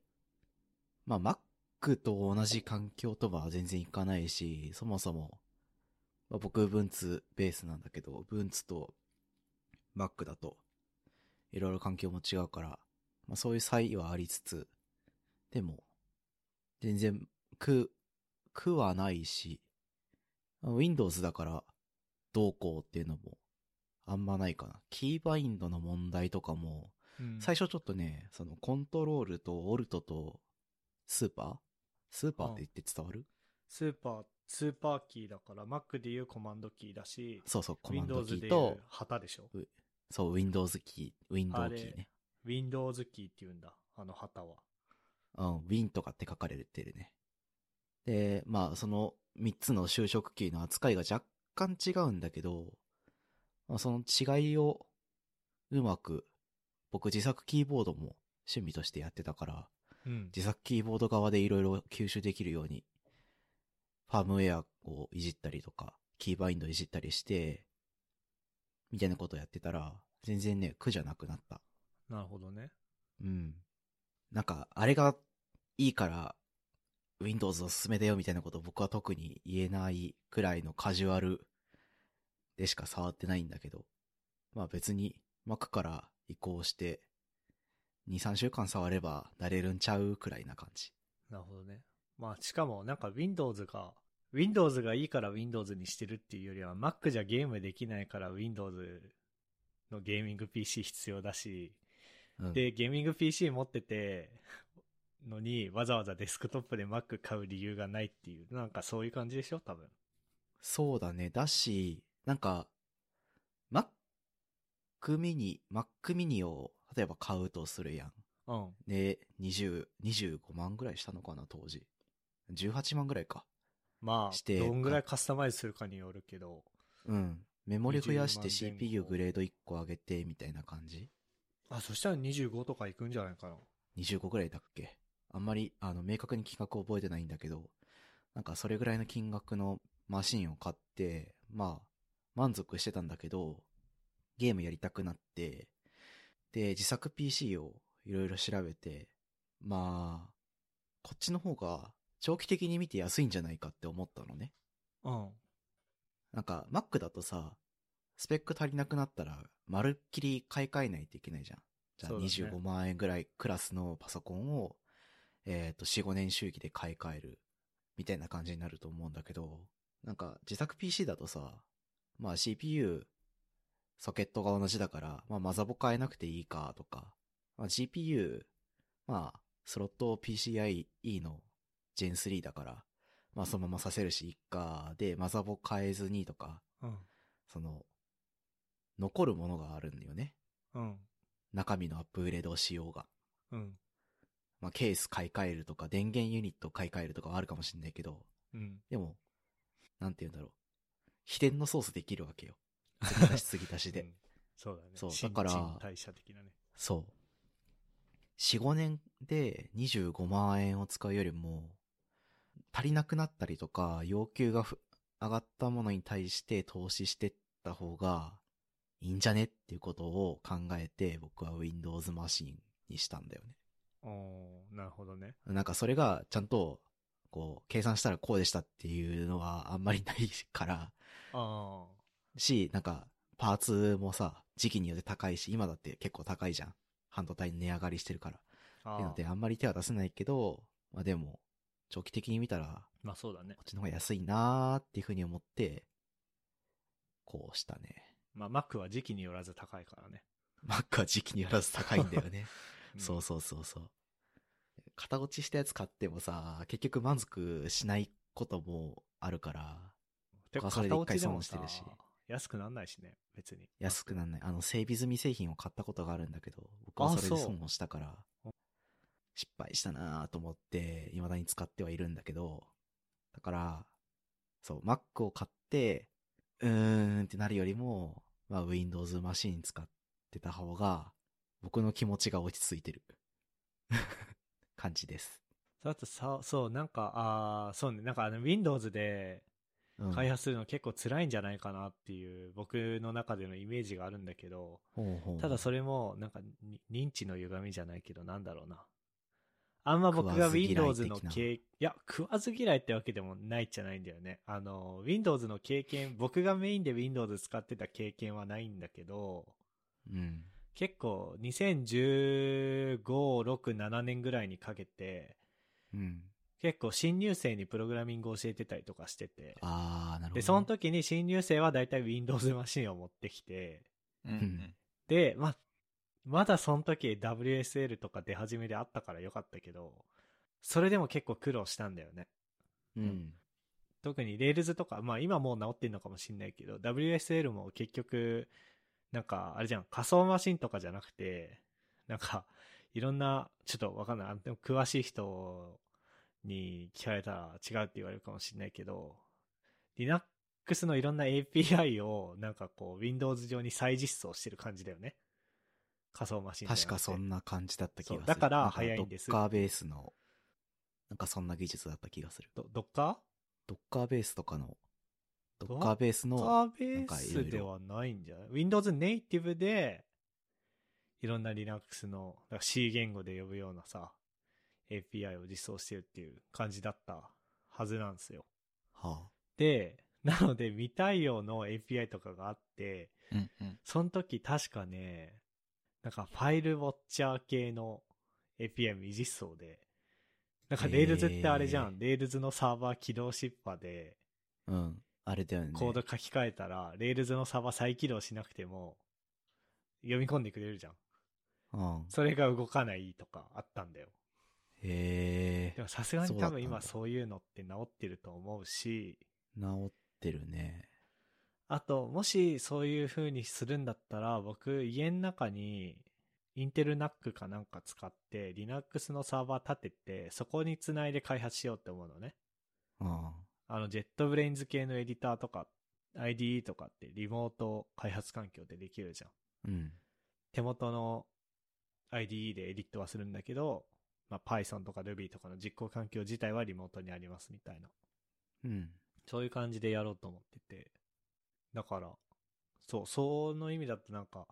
まあ、Mac と同じ環境とは全然いかないし、そもそも、まあ、僕、Ubuntu ベースなんだけど、Ubuntu と Mac だと、いろいろ環境も違うから、まあ、そういう差異はありつつ、でも、全然、苦、苦はないし、まあ Windows だから、どうこうっていうのも、あんまないかな。キーバインドの問題とかも、うん最初ちょっとね、そのコントロールとオルトとスーパースーパーって言って伝わる、スーパー、スーパーキーだから、Mac でいうコマンドキーだし、そうそう、コマンドキ Windows でーいとう、旗でしょ。そう、Windows キー、Windows あキれーね。 Windows キーって言うんだ、あの旗は。うん、Win とかって書かれてるね。で、まあ、その3つの就職キーの扱いが若干違うんだけど、まあ、その違いをうまく、僕自作キーボードも趣味としてやってたから、うん。自作キーボード側でいろいろ吸収できるように、ファームウェアをいじったりとか、キーバインドいじったりして、みたいなことをやってたら、全然ね、苦じゃなくなった。なるほどね。うん。なんか、あれがいいから、Windows おすすめだよみたいなことを僕は特に言えないくらいのカジュアルでしか触ってないんだけど、まあ別に Mac から移行して、2、3週間触れば慣れるんちゃうくらいな感じ。なるほどね。まあ、しかも、なんか Windows が、Windows がいいから Windows にしてるっていうよりは、Mac じゃゲームできないから Windows のゲーミング PC 必要だし、うんで、ゲーミング PC 持ってて、のに、わざわざデスクトップで Mac 買う理由がないっていう、なんかそういう感じでしょ多分。そうだね。だし、なんか、Mac mini、Mac mini を、例えば買うとするやん。うん。で、20、25万ぐらいしたのかな、当時。18万ぐらいか。ましあ、てどんぐらいカスタマイズするかによるけど、うん。メモリ増やして20万前後 CPU グレード1個上げて、みたいな感じあ、そしたら25とかいくんじゃないかな。 25ぐらいだっけあんまり、あの、明確に金額覚えてないんだけど、なんかそれぐらいの金額のマシンを買って、まあ、満足してたんだけど、ゲームやりたくなって、で、自作 PC をいろいろ調べて、まあ、こっちの方が長期的に見て安いんじゃないかって思ったのね。うん。なんか、Mac だとさ、スペック足りなくなったら、まるっきり買い替えないといけないじゃん。じゃあそうだね25万円ぐらいクラスのパソコンを、えっ、と、4、5年周期で買い替える、みたいな感じになると思うんだけど、なんか、自作 PC だとさ、まあ CPU、ソケットが同じだから、まあマザボ変えなくていいか、とか、まあ GPU、まあ、スロット PCIe の Gen3 だから、まあそのままさせるし、いっか、で、マザボ変えずにとか、うん。その、残るものがあるんだよね。うん。中身のアップグレードをしようが。うん。まあケース買い替えるとか、電源ユニット買い替えるとかはあるかもしんないけど、うん。でも、なんて言うんだろう。秘伝のソースできるわけよ。継ぎ足し継ぎ足しでう。んそうだね。そう新だから陳代謝的なね。そう。4、5年で25万円を使うよりも、足りなくなったりとか、要求がふ上がったものに対して投資してった方がいいんじゃねっていうことを考えて、僕は Windows マシンにしたんだよね。おーなるほどね。なんかそれがちゃんと、こう、計算したらこうでしたっていうのはあんまりないから、ああ。し、なんか、パーツもさ、時期によって高いし、今だって結構高いじゃん。半導体値上がりしてるから。っていうあので、あ。あんまり手は出せないけど、まあでも、長期的に見たら、まあそうだねこっ。ちの方が安いなーっていうふうに思って、こうしたね。 まあ Mac は時期によらず高いからね。 Mac は時期によらず高いんだ よね。んそうそうそうそう。片落ちしたやつ買ってもさ、結局満足しないこともあるから、てかそれで片落一回ちで損もしてるしさ安くなんないしね、別に。安くなんない。あの、整備済み製品を買ったことがあるんだけど、僕はあそれでそう損をしたから、失敗したなぁと思って、未だに使ってはいるんだけど、だから、そう、Mac を買って、うーんってなるよりも、まあ、Windows マシン使ってた方が、僕の気持ちが落ち着いてる。 感じです。だってさ、そう、なんか、ああ、そうね、なんかあの Windows でうん、開発するの結構辛いんじゃないかなっていう、僕の中でのイメージがあるんだけど、ほうほうただそれも、なんか、に認知の歪みじゃないけど、なんだろうな。あんま僕が食わず嫌い的な Windows の経いや、食わず嫌いってわけでもないじゃないんだよね。あの、Windows の経験、僕がメインで Windows 使ってた経験はないんだけど、うん。結構、2015、6、7年ぐらいにかけて、うん。結構新入生にプログラミングを教えてたりとかしてて、あー、なるほど、ね。で、その時に新入生は大体 Windows マシンを持ってきて、うんうん。で、ま、まだその時 WSL とか出始めであったからよかったけど、それでも結構苦労したんだよね。うん。特に Rails とか、まあ今もう治ってんのかもしんないけど、WSL も結局、なんかあれじゃん、仮想マシンとかじゃなくて、なんか、いろんな、ちょっとわかんない、あのでも詳しい人に聞かれたら違うって言われるかもしんないけど、Linux のいろんな API をなんかこう Windows 上に再実装してる感じだよね。仮想マシンじゃなく確てかそんな感じだった気がすそる。うだから早いんですドッカーベースの、なんかそんな技術だった気がする。ど、どっかドッカーベースとかの、ドッッカーベースの、サーベースではないんじゃない ?Windows ネイティブで、いろんな Linux のだから C 言語で呼ぶようなさ、API を実装してるっていう感じだったはずなんですよ。はあ、で、なので未対応の API とかがあって、うんうん。その時確かね、なんかファイルウォッチャー系の API 未実装で、なんか Rails ってあれじゃん、Rails のサーバー起動失敗で、うん。あれだよね。コード書き換えたら、レールズのサーバー再起動しなくても、読み込んでくれるじゃん。うん。それが動かないとかあったんだよ。へでえもさすがにそうだ多ったんだ分今そういうのって治ってると思うし、治ってるね。あと、もしそういう風にするんだったら、僕、家の中に、インテルナックかなんか使って、Linux のサーバー立てて、そこにつないで開発しようって思うのね。うん。あの、ジェットブレインズ系のエディターとか、 IDE とかってリモート開発環境でできるじゃん。うん。手元の IDE でエディットはするんだけど、まあ、Python とか Ruby とかの実行環境自体はリモートにありますみたいな。うん。そういう感じでやろうと思ってて。だから、そう、その意味だとなんか、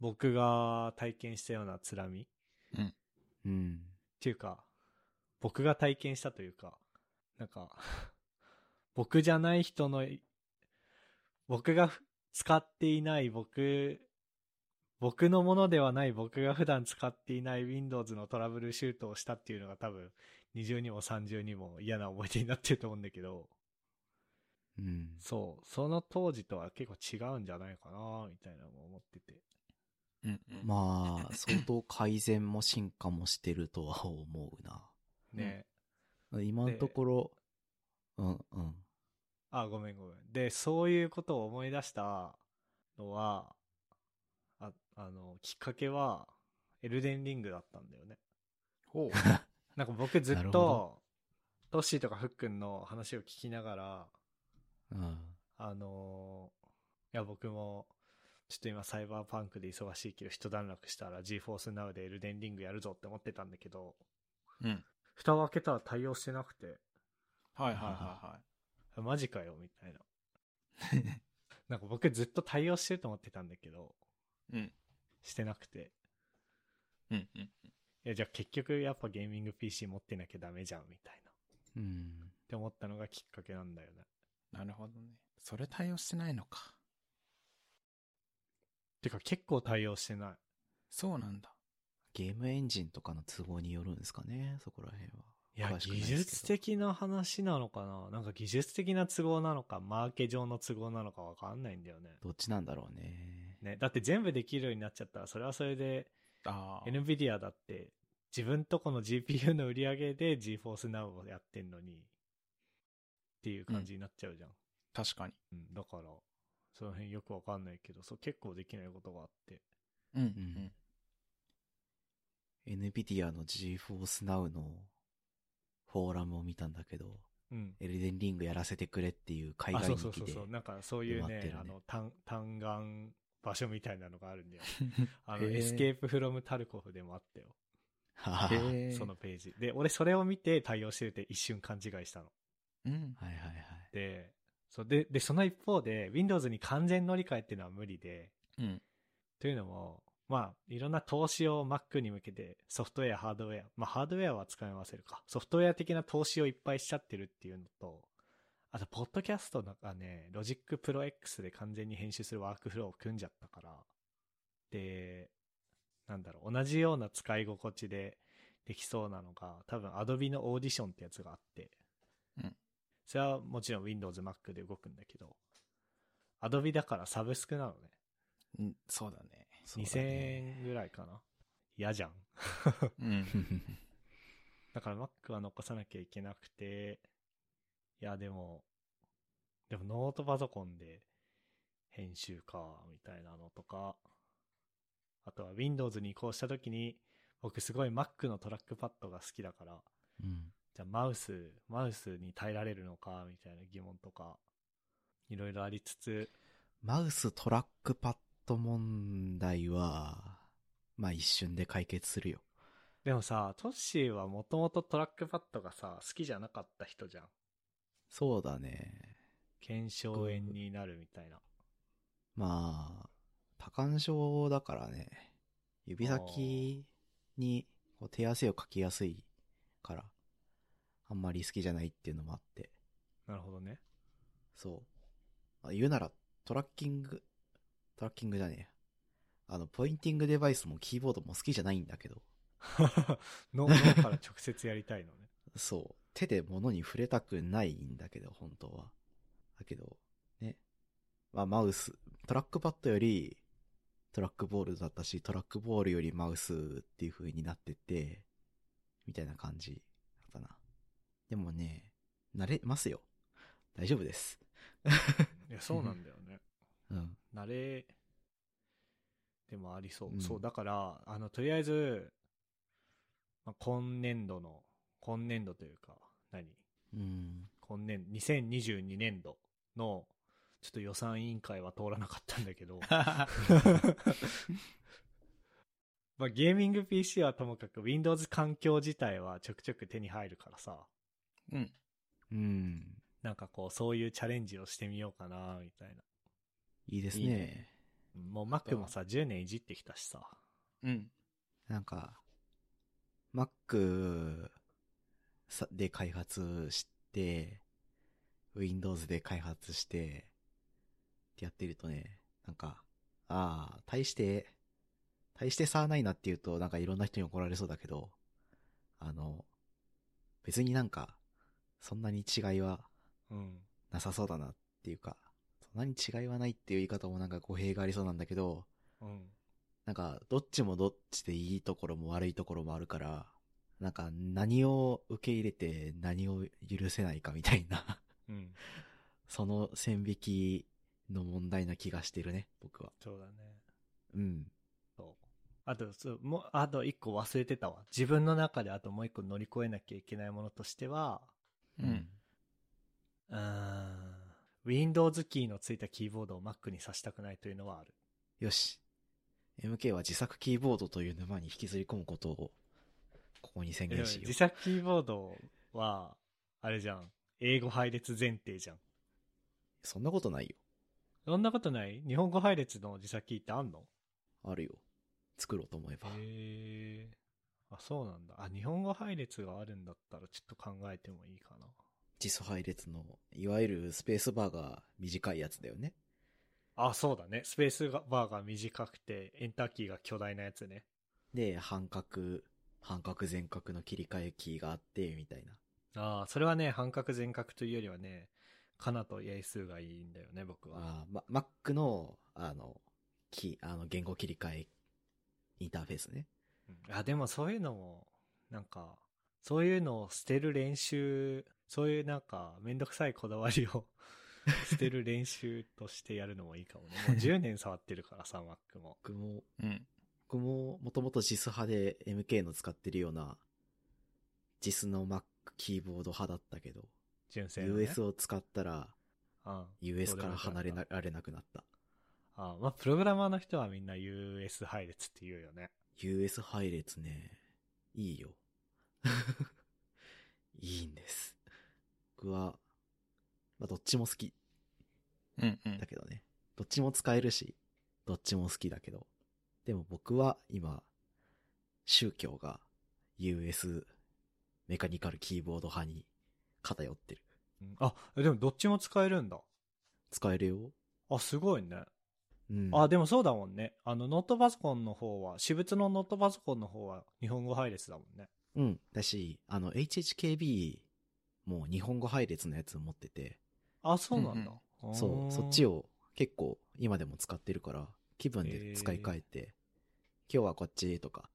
僕が体験したようなつらみっうん。ていうか、僕が体験したというか、なんか、 僕じゃない人の、僕がふ使っていない僕、僕のものではない僕が普段使っていない Windows のトラブルシュートをしたっていうのが多分20にも30にも嫌な思い出になってると思うんだけど、うん。そう、その当時とは結構違うんじゃないかな、みたいなのも思ってて。うん。 まあ、相当改善も進化もしてるとは思うね、な。今のところ、うんうん。あ、ごめんごめん。で、そういうことを思い出したのは、あ、あの、きっかけは、エルデンリングだったんだよね。 ほう。なんか僕ずなるっほと、トッシーとかフックンの話を聞きながら、うん。あのーいや僕も、ちょっと今サイバーパンクで忙しいけど一段落したら GForce Now でエルデンリングやるぞって思ってたんだけど、うん。蓋を開けたら対応してなくて、はいはいはマジかよ、みたいな。いはい。なんか僕ずっと対応してると思ってたんだけど、うん。してなくて。うん。うん。いや、じゃあ結局やっぱゲーミング PC 持ってなきゃダメじゃん、みたいな。っうん。て思ったのがきっかけなんだよね。なるほどね。それ対応してないのか。てか結構対応してない。そうなんだ。ゲームエンジンとかの都合によるんですかね、そこら辺は。いや、詳しくな技ですけど術的な話なのかななんか技術的な都合なのか、マーケ上の都合なのかわかんないんだよね。どっちなんだろうね。ね、だって全部できるようになっちゃったら、それはそれで、ああ。 NVIDIA だって、自分とこの GPU の売り上げで GForce Now をやってんのに、っていう感じになっちゃうじゃん。確かに。うん、だから、その辺よくわかんないけど、そう結構できないことがあって。うん。うん NVIDIA の GForce Now のフォーラムを見たんだけど、うん。エルデンリングやらせてくれっていう海あ、外そうにそうそ来うてそう。なんかそういう埋まね、ってるねあの、単、単眼場所みたいなのがあ るんだよ。あへの、ーエスケープフロムタルコフでもあったよ。はへいはいえそのページ。で、俺それを見て対応してるって一瞬勘違いしたの。うん。はいはい。で、そうで、で、その一方で、Windows に完全乗り換えっていうのは無理で、うん。というのも、まあ、いろんな投資を Mac に向けて、ソフトウェア、ハードウェア、まあ、ハードウェアは使い合わせるか、ソフトウェア的な投資をいっぱいしちゃってるっていうのと、あと、ポッドキャストなんかね、Logic Pro X で完全に編集するワークフローを組んじゃったから、で、なんだろう、同じような使い心地でできそうなのが、多分 Adobe のオーディションってやつがあって、うんそれはもちろん Windows、Mac で動くんだけど、Adobe だからサブスクなのね。うん。そうだね。そう2000だね円ぐらいかな。嫌じゃん。うん。だから Mac は残さなきゃいけなくて、いや、でも、でもノートパソコンで編集か、みたいなのとか、あとは Windows に移行した時に、僕すごい Mac のトラックパッドが好きだから、うん。じゃあマウス、マウスに耐えられるのか、みたいな疑問とか、いろいろありつつ、マウストラックパッド問題は、まあ一瞬で解決するよ。でもさ、トッシーはもともとトラックパッドがさ、好きじゃなかった人じゃん。そうだね。検証炎になるみたいな。まあ、多感症だからね。指先にこう手汗をかきやすいから、あんまり好きじゃないっていうのもあって。なるほどね。そう。あ言うなら、トラッキング、トラッキングじゃねえや。あの、ポインティングデバイスもキーボードも好きじゃないんだけど、脳脳から直接やりたいのね。そう。手で物に触れたくないんだけど、本当は。だけど、ね。まあ、マウス、トラックパッドより、トラックボールだったし、トラックボールよりマウスっていう風になってて、みたいな感じだったな。でもね、慣れますよ。大丈夫です。 いや、そうなんだよね。うん。慣れ、でもありそう。うんそう、だから、あの、とりあえず、まあ、今年度の、今年度というか、何うん。今年、2022年度のちょっと予算委員会は通らなかったんだけ どまあゲーミング PC はともかく Windows 環境自体はちょくちょく手に入るからさうん。うん。なんかこうそういうチャレンジをしてみようかなみたいないいですね。いいねもう Mac もさ10年いじってきたしさうん。なんか、Mac さで開発して、Windows で開発して、ってやってるとね、なんか、ああ、大して、大して差はないなっていうと、なんかいろんな人に怒られそうだけど、あの、別になんか、そんなに違いはうんなさそうだなっていうか、そんなに違いはないっていう言い方もなんか語弊がありそうなんだけど、うんなんか、どっちもどっちでいいところも悪いところもあるから、なんか、何を受け入れて何を許せないかみたいな、 うんその線引きの問題な気がしてるね、僕は。そうだねうん。そう。あと、そうもう、あと一個忘れてたわ。自分の中であともう一個乗り越えなきゃいけないものとしては、うん。うーん、Windows キーのついたキーボードを Mac にさしたくないというのはある。よし。MK は自作キーボードという沼に引きずり込むことを、ここに宣でも言しよう。自作キーボードは、あれじゃん。英語配列前提じゃん。そんなことないよ。そんなことない日本語配列の自作キーってあんのあるよ。作ろうと思えば。へえ。あ、そうなんだ。あ、日本語配列があるんだったらちょっと考えてもいいかな。実配列の、いわゆるスペースバーが短いやつだよね。あ、そうだね。スペースバーが短くて、エンターキーが巨大なやつね。で、半角、半角全角の切り替えキーがあって、みたいな。ああ、それはね、半角全角というよりはね、かなと英数がいいんだよね、僕は。あーま、Mac の、あの、キー、あの、言語切り替え、インターフェースね。うんあでもそういうのも、なんか、そういうのを捨てる練習、そういうなんか、めんどくさいこだわりを 捨てる練習としてやるのもいいかもね。もう10年触ってるからさ、Mac も。僕も、うん。僕も、もともと JIS 派で MK の使ってるような、JIS の Mac キーボード派だったけど、純正の、ね。 US を使ったら、うん。 US から離れなられなくなった。あまあ、プログラマーの人はみんな US 配列って言うよね。 US 配列ね、いいよ。 いいんです。僕は、まあ、どっちも好きうん。うんだ。けどね。どっちも使えるし、どっちも好きだけど。でも僕は今、宗教が US メカニカルキーボード派に偏ってる。うんあ、でもどっちも使えるんだ。使えるよ。あ、すごいね。うん。あ、でもそうだもんね。あの、ノートパソコンの方は、私物のノートパソコンの方は日本語配列だもんね。うん。だし、あの、HHKB も日本語配列のやつ持ってて、あ、そうなんだ。そう、そっちを。を結構今でも使ってるから、気分で使い替えて、今日はこっちとか、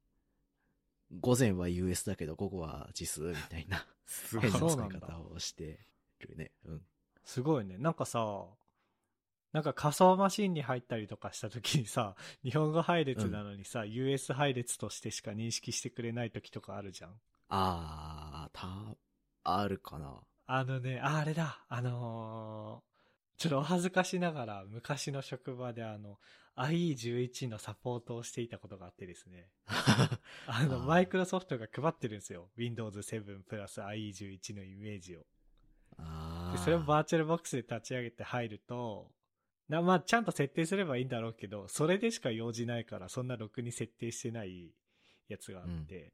午前は US だけど午後は JIS みたいなすごい変なそう使ないんだ方をしてるね。うん。すごいね。なんかさ、なんか仮想マシンに入ったりとかした時にさ、 日本語配列なのにさ、US 配列としてしか認識してくれない時とかあるじゃん。あー、た、あるかな。あのね、ああれだ、あのーちょっとお恥ずかしながら昔の職場であの、IE11 のサポートをしていたことがあってですね。あの、あーマイクロソフトが配ってるんですよ。Windows 7プラス IE11 のイメージを。あで、ー。それをバーチャルボックスで立ち上げて入ると、な、まあ、ちゃんと設定すればいいんだろうけど、それでしか用事ないから、そんなろくに設定してないやつがあって、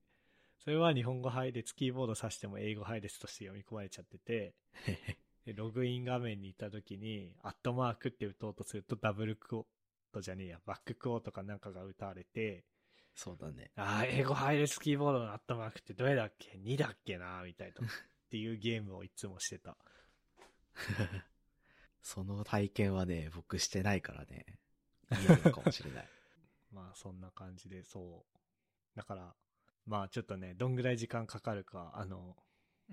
それは日本語配列、キーボードさしても英語配列として読み込まれちゃってて、でログイン画面に行った時に、アットマークって打とうとすると、ダブルクオットじゃねえや、バッククオートかなんかが打たれて、 そうだね。ああ、英語配列キーボードのアットマークってどれだっけ ?2 だっけなみたい な。っていうゲームをいつもしてた。その体験はね、僕してないからね。嫌なのかもしれない。まあそんな感じで、そう。だから、まあちょっとね、どんぐらい時間かかるか、あの、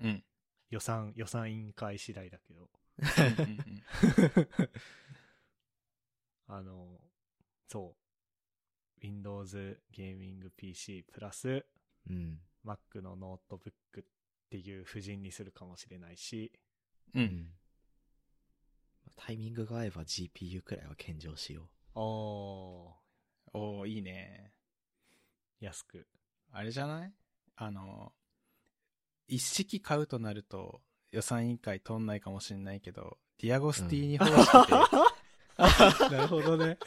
うん。予算、予算委員会次第だけど。うんあの、そう。Windows ゲーミング PC プラスうん。 Mac のノートブックっていう布陣にするかもしれないし、 うん。う。うんん。タイミングが合えば GPU くらいは献上しよおー、おおいいね。安 く。あれじゃないあの、一式買うとなると予算委員会通んないかもしれないけど、ディアゴスティーニ方式で、なるほどね。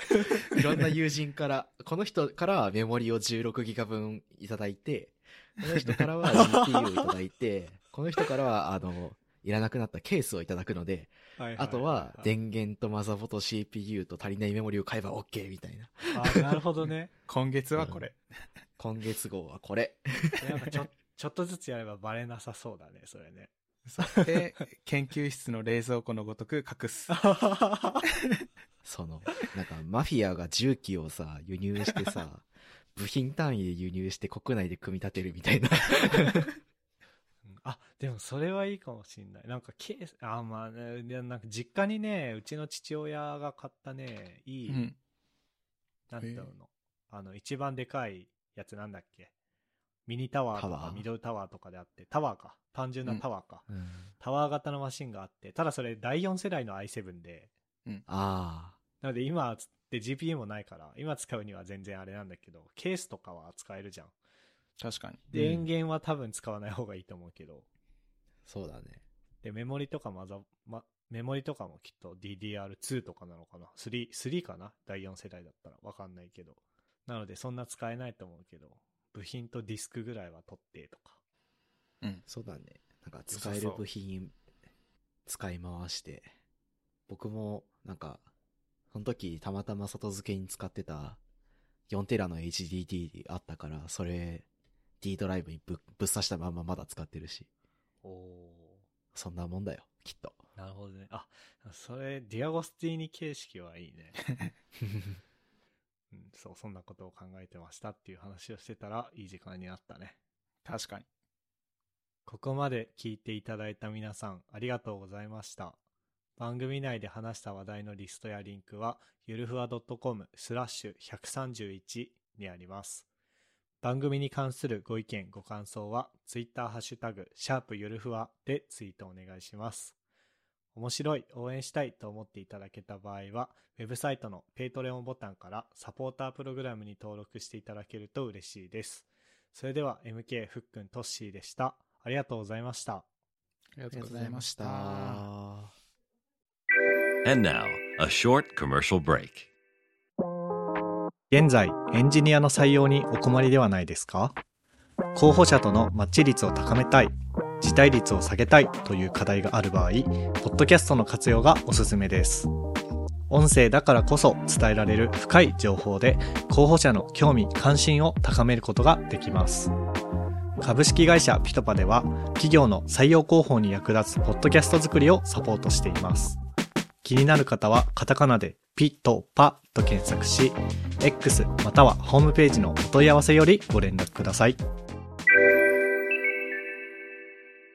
う。いろんな友人から、この人からはメモリを16ギガ分いただいて、この人からは GPU をいただいて、この人からは、あの、いらなくなったケースをいただくので、はいいいいあとは電源とマザボと CPU と足りないメモリを買えば OK みたいな。 あ、なるほどね。 今月はこれ。今月号はこれ。なんかちょ、 ちょっとずつやればバレなさそうだね、それ ね。そうで、研究室の冷蔵庫のごとく隠す。その、なんかマフィアが重機をさ、輸入して さ、部品単位で輸入して国内で組み立てるみたいな。うんあ、でもそれはいいかもしんない。なんかケース、あ、まあね、でなんか実家にね、うちの父親が買ったね、いい、うん。なんていうの、あの、一番でかいやつなんだっけ。ミニタワーとタワかーミドルタワーとかであって、タワーか。単純なタワーか。うん、タワー型のマシンがあって、ただそれ第4世代の i7 で、あなので今つって GPU もないから、今使うには全然あれなんだけど、ケースとかは使えるじゃん。確かに。で、う電ん源は多分使わない方がいいと思うけど、あ、そうだね。で、メモリとかマザ、ま、メモリとかもきっと DDR2 とかなのかな ?3、3かな第4世代だったらわかんないけど。なのでそんな使えないと思うけど、部品とディスクぐらいは取ってとか。うん。そうだね。なんか良さ使そうえる部品、使い回して。僕も、なんか、その時たまたま外付けに使ってた4テラの HDD あったから、それ D ドライブにぶぶっ刺したまんままだ使ってるし、おそんなもんだよ、きっと。ー。なるほどね。あ、それ、ディアゴスティーニ形式はいいね。 うん、そう、そんなことを考えてましたっていう話をしてたら、いい時間になったね。確かに。ここまで聞いていただいた皆さん、ありがとうございました。番組内で話した話題のリストやリンクは、ゆるふわ .com スラッシュ131にあります。番組に関するご意見、ご感想は、ツイッターハッシュタグ、シャープゆるふわでツイートお願いします。面白い、応援したいと思っていただけた場合は、ウェブサイトのペイトレオンボタンからサポータープログラムに登録していただけると嬉しいです。それでは MK ふっくんトッシーでした。ありがとうございました。ありがありとがとうごうござざいいまましした。た。 And now, a short commercial break. 現在エンジニアの採用にお困りではないですか候補者とのマッチ率を高めたい辞退率を下げたいという課題がある場合ポッドキャストの活用がおすすめです音声だからこそ伝えられる深い情報で候補者の興味関心を高めることができます株式会社ピトパでは企業の採用広報に役立つポッドキャスト作りをサポートしています気になる方はカタカナでピトパと検索し X またはホームページのお問い合わせよりご連絡ください。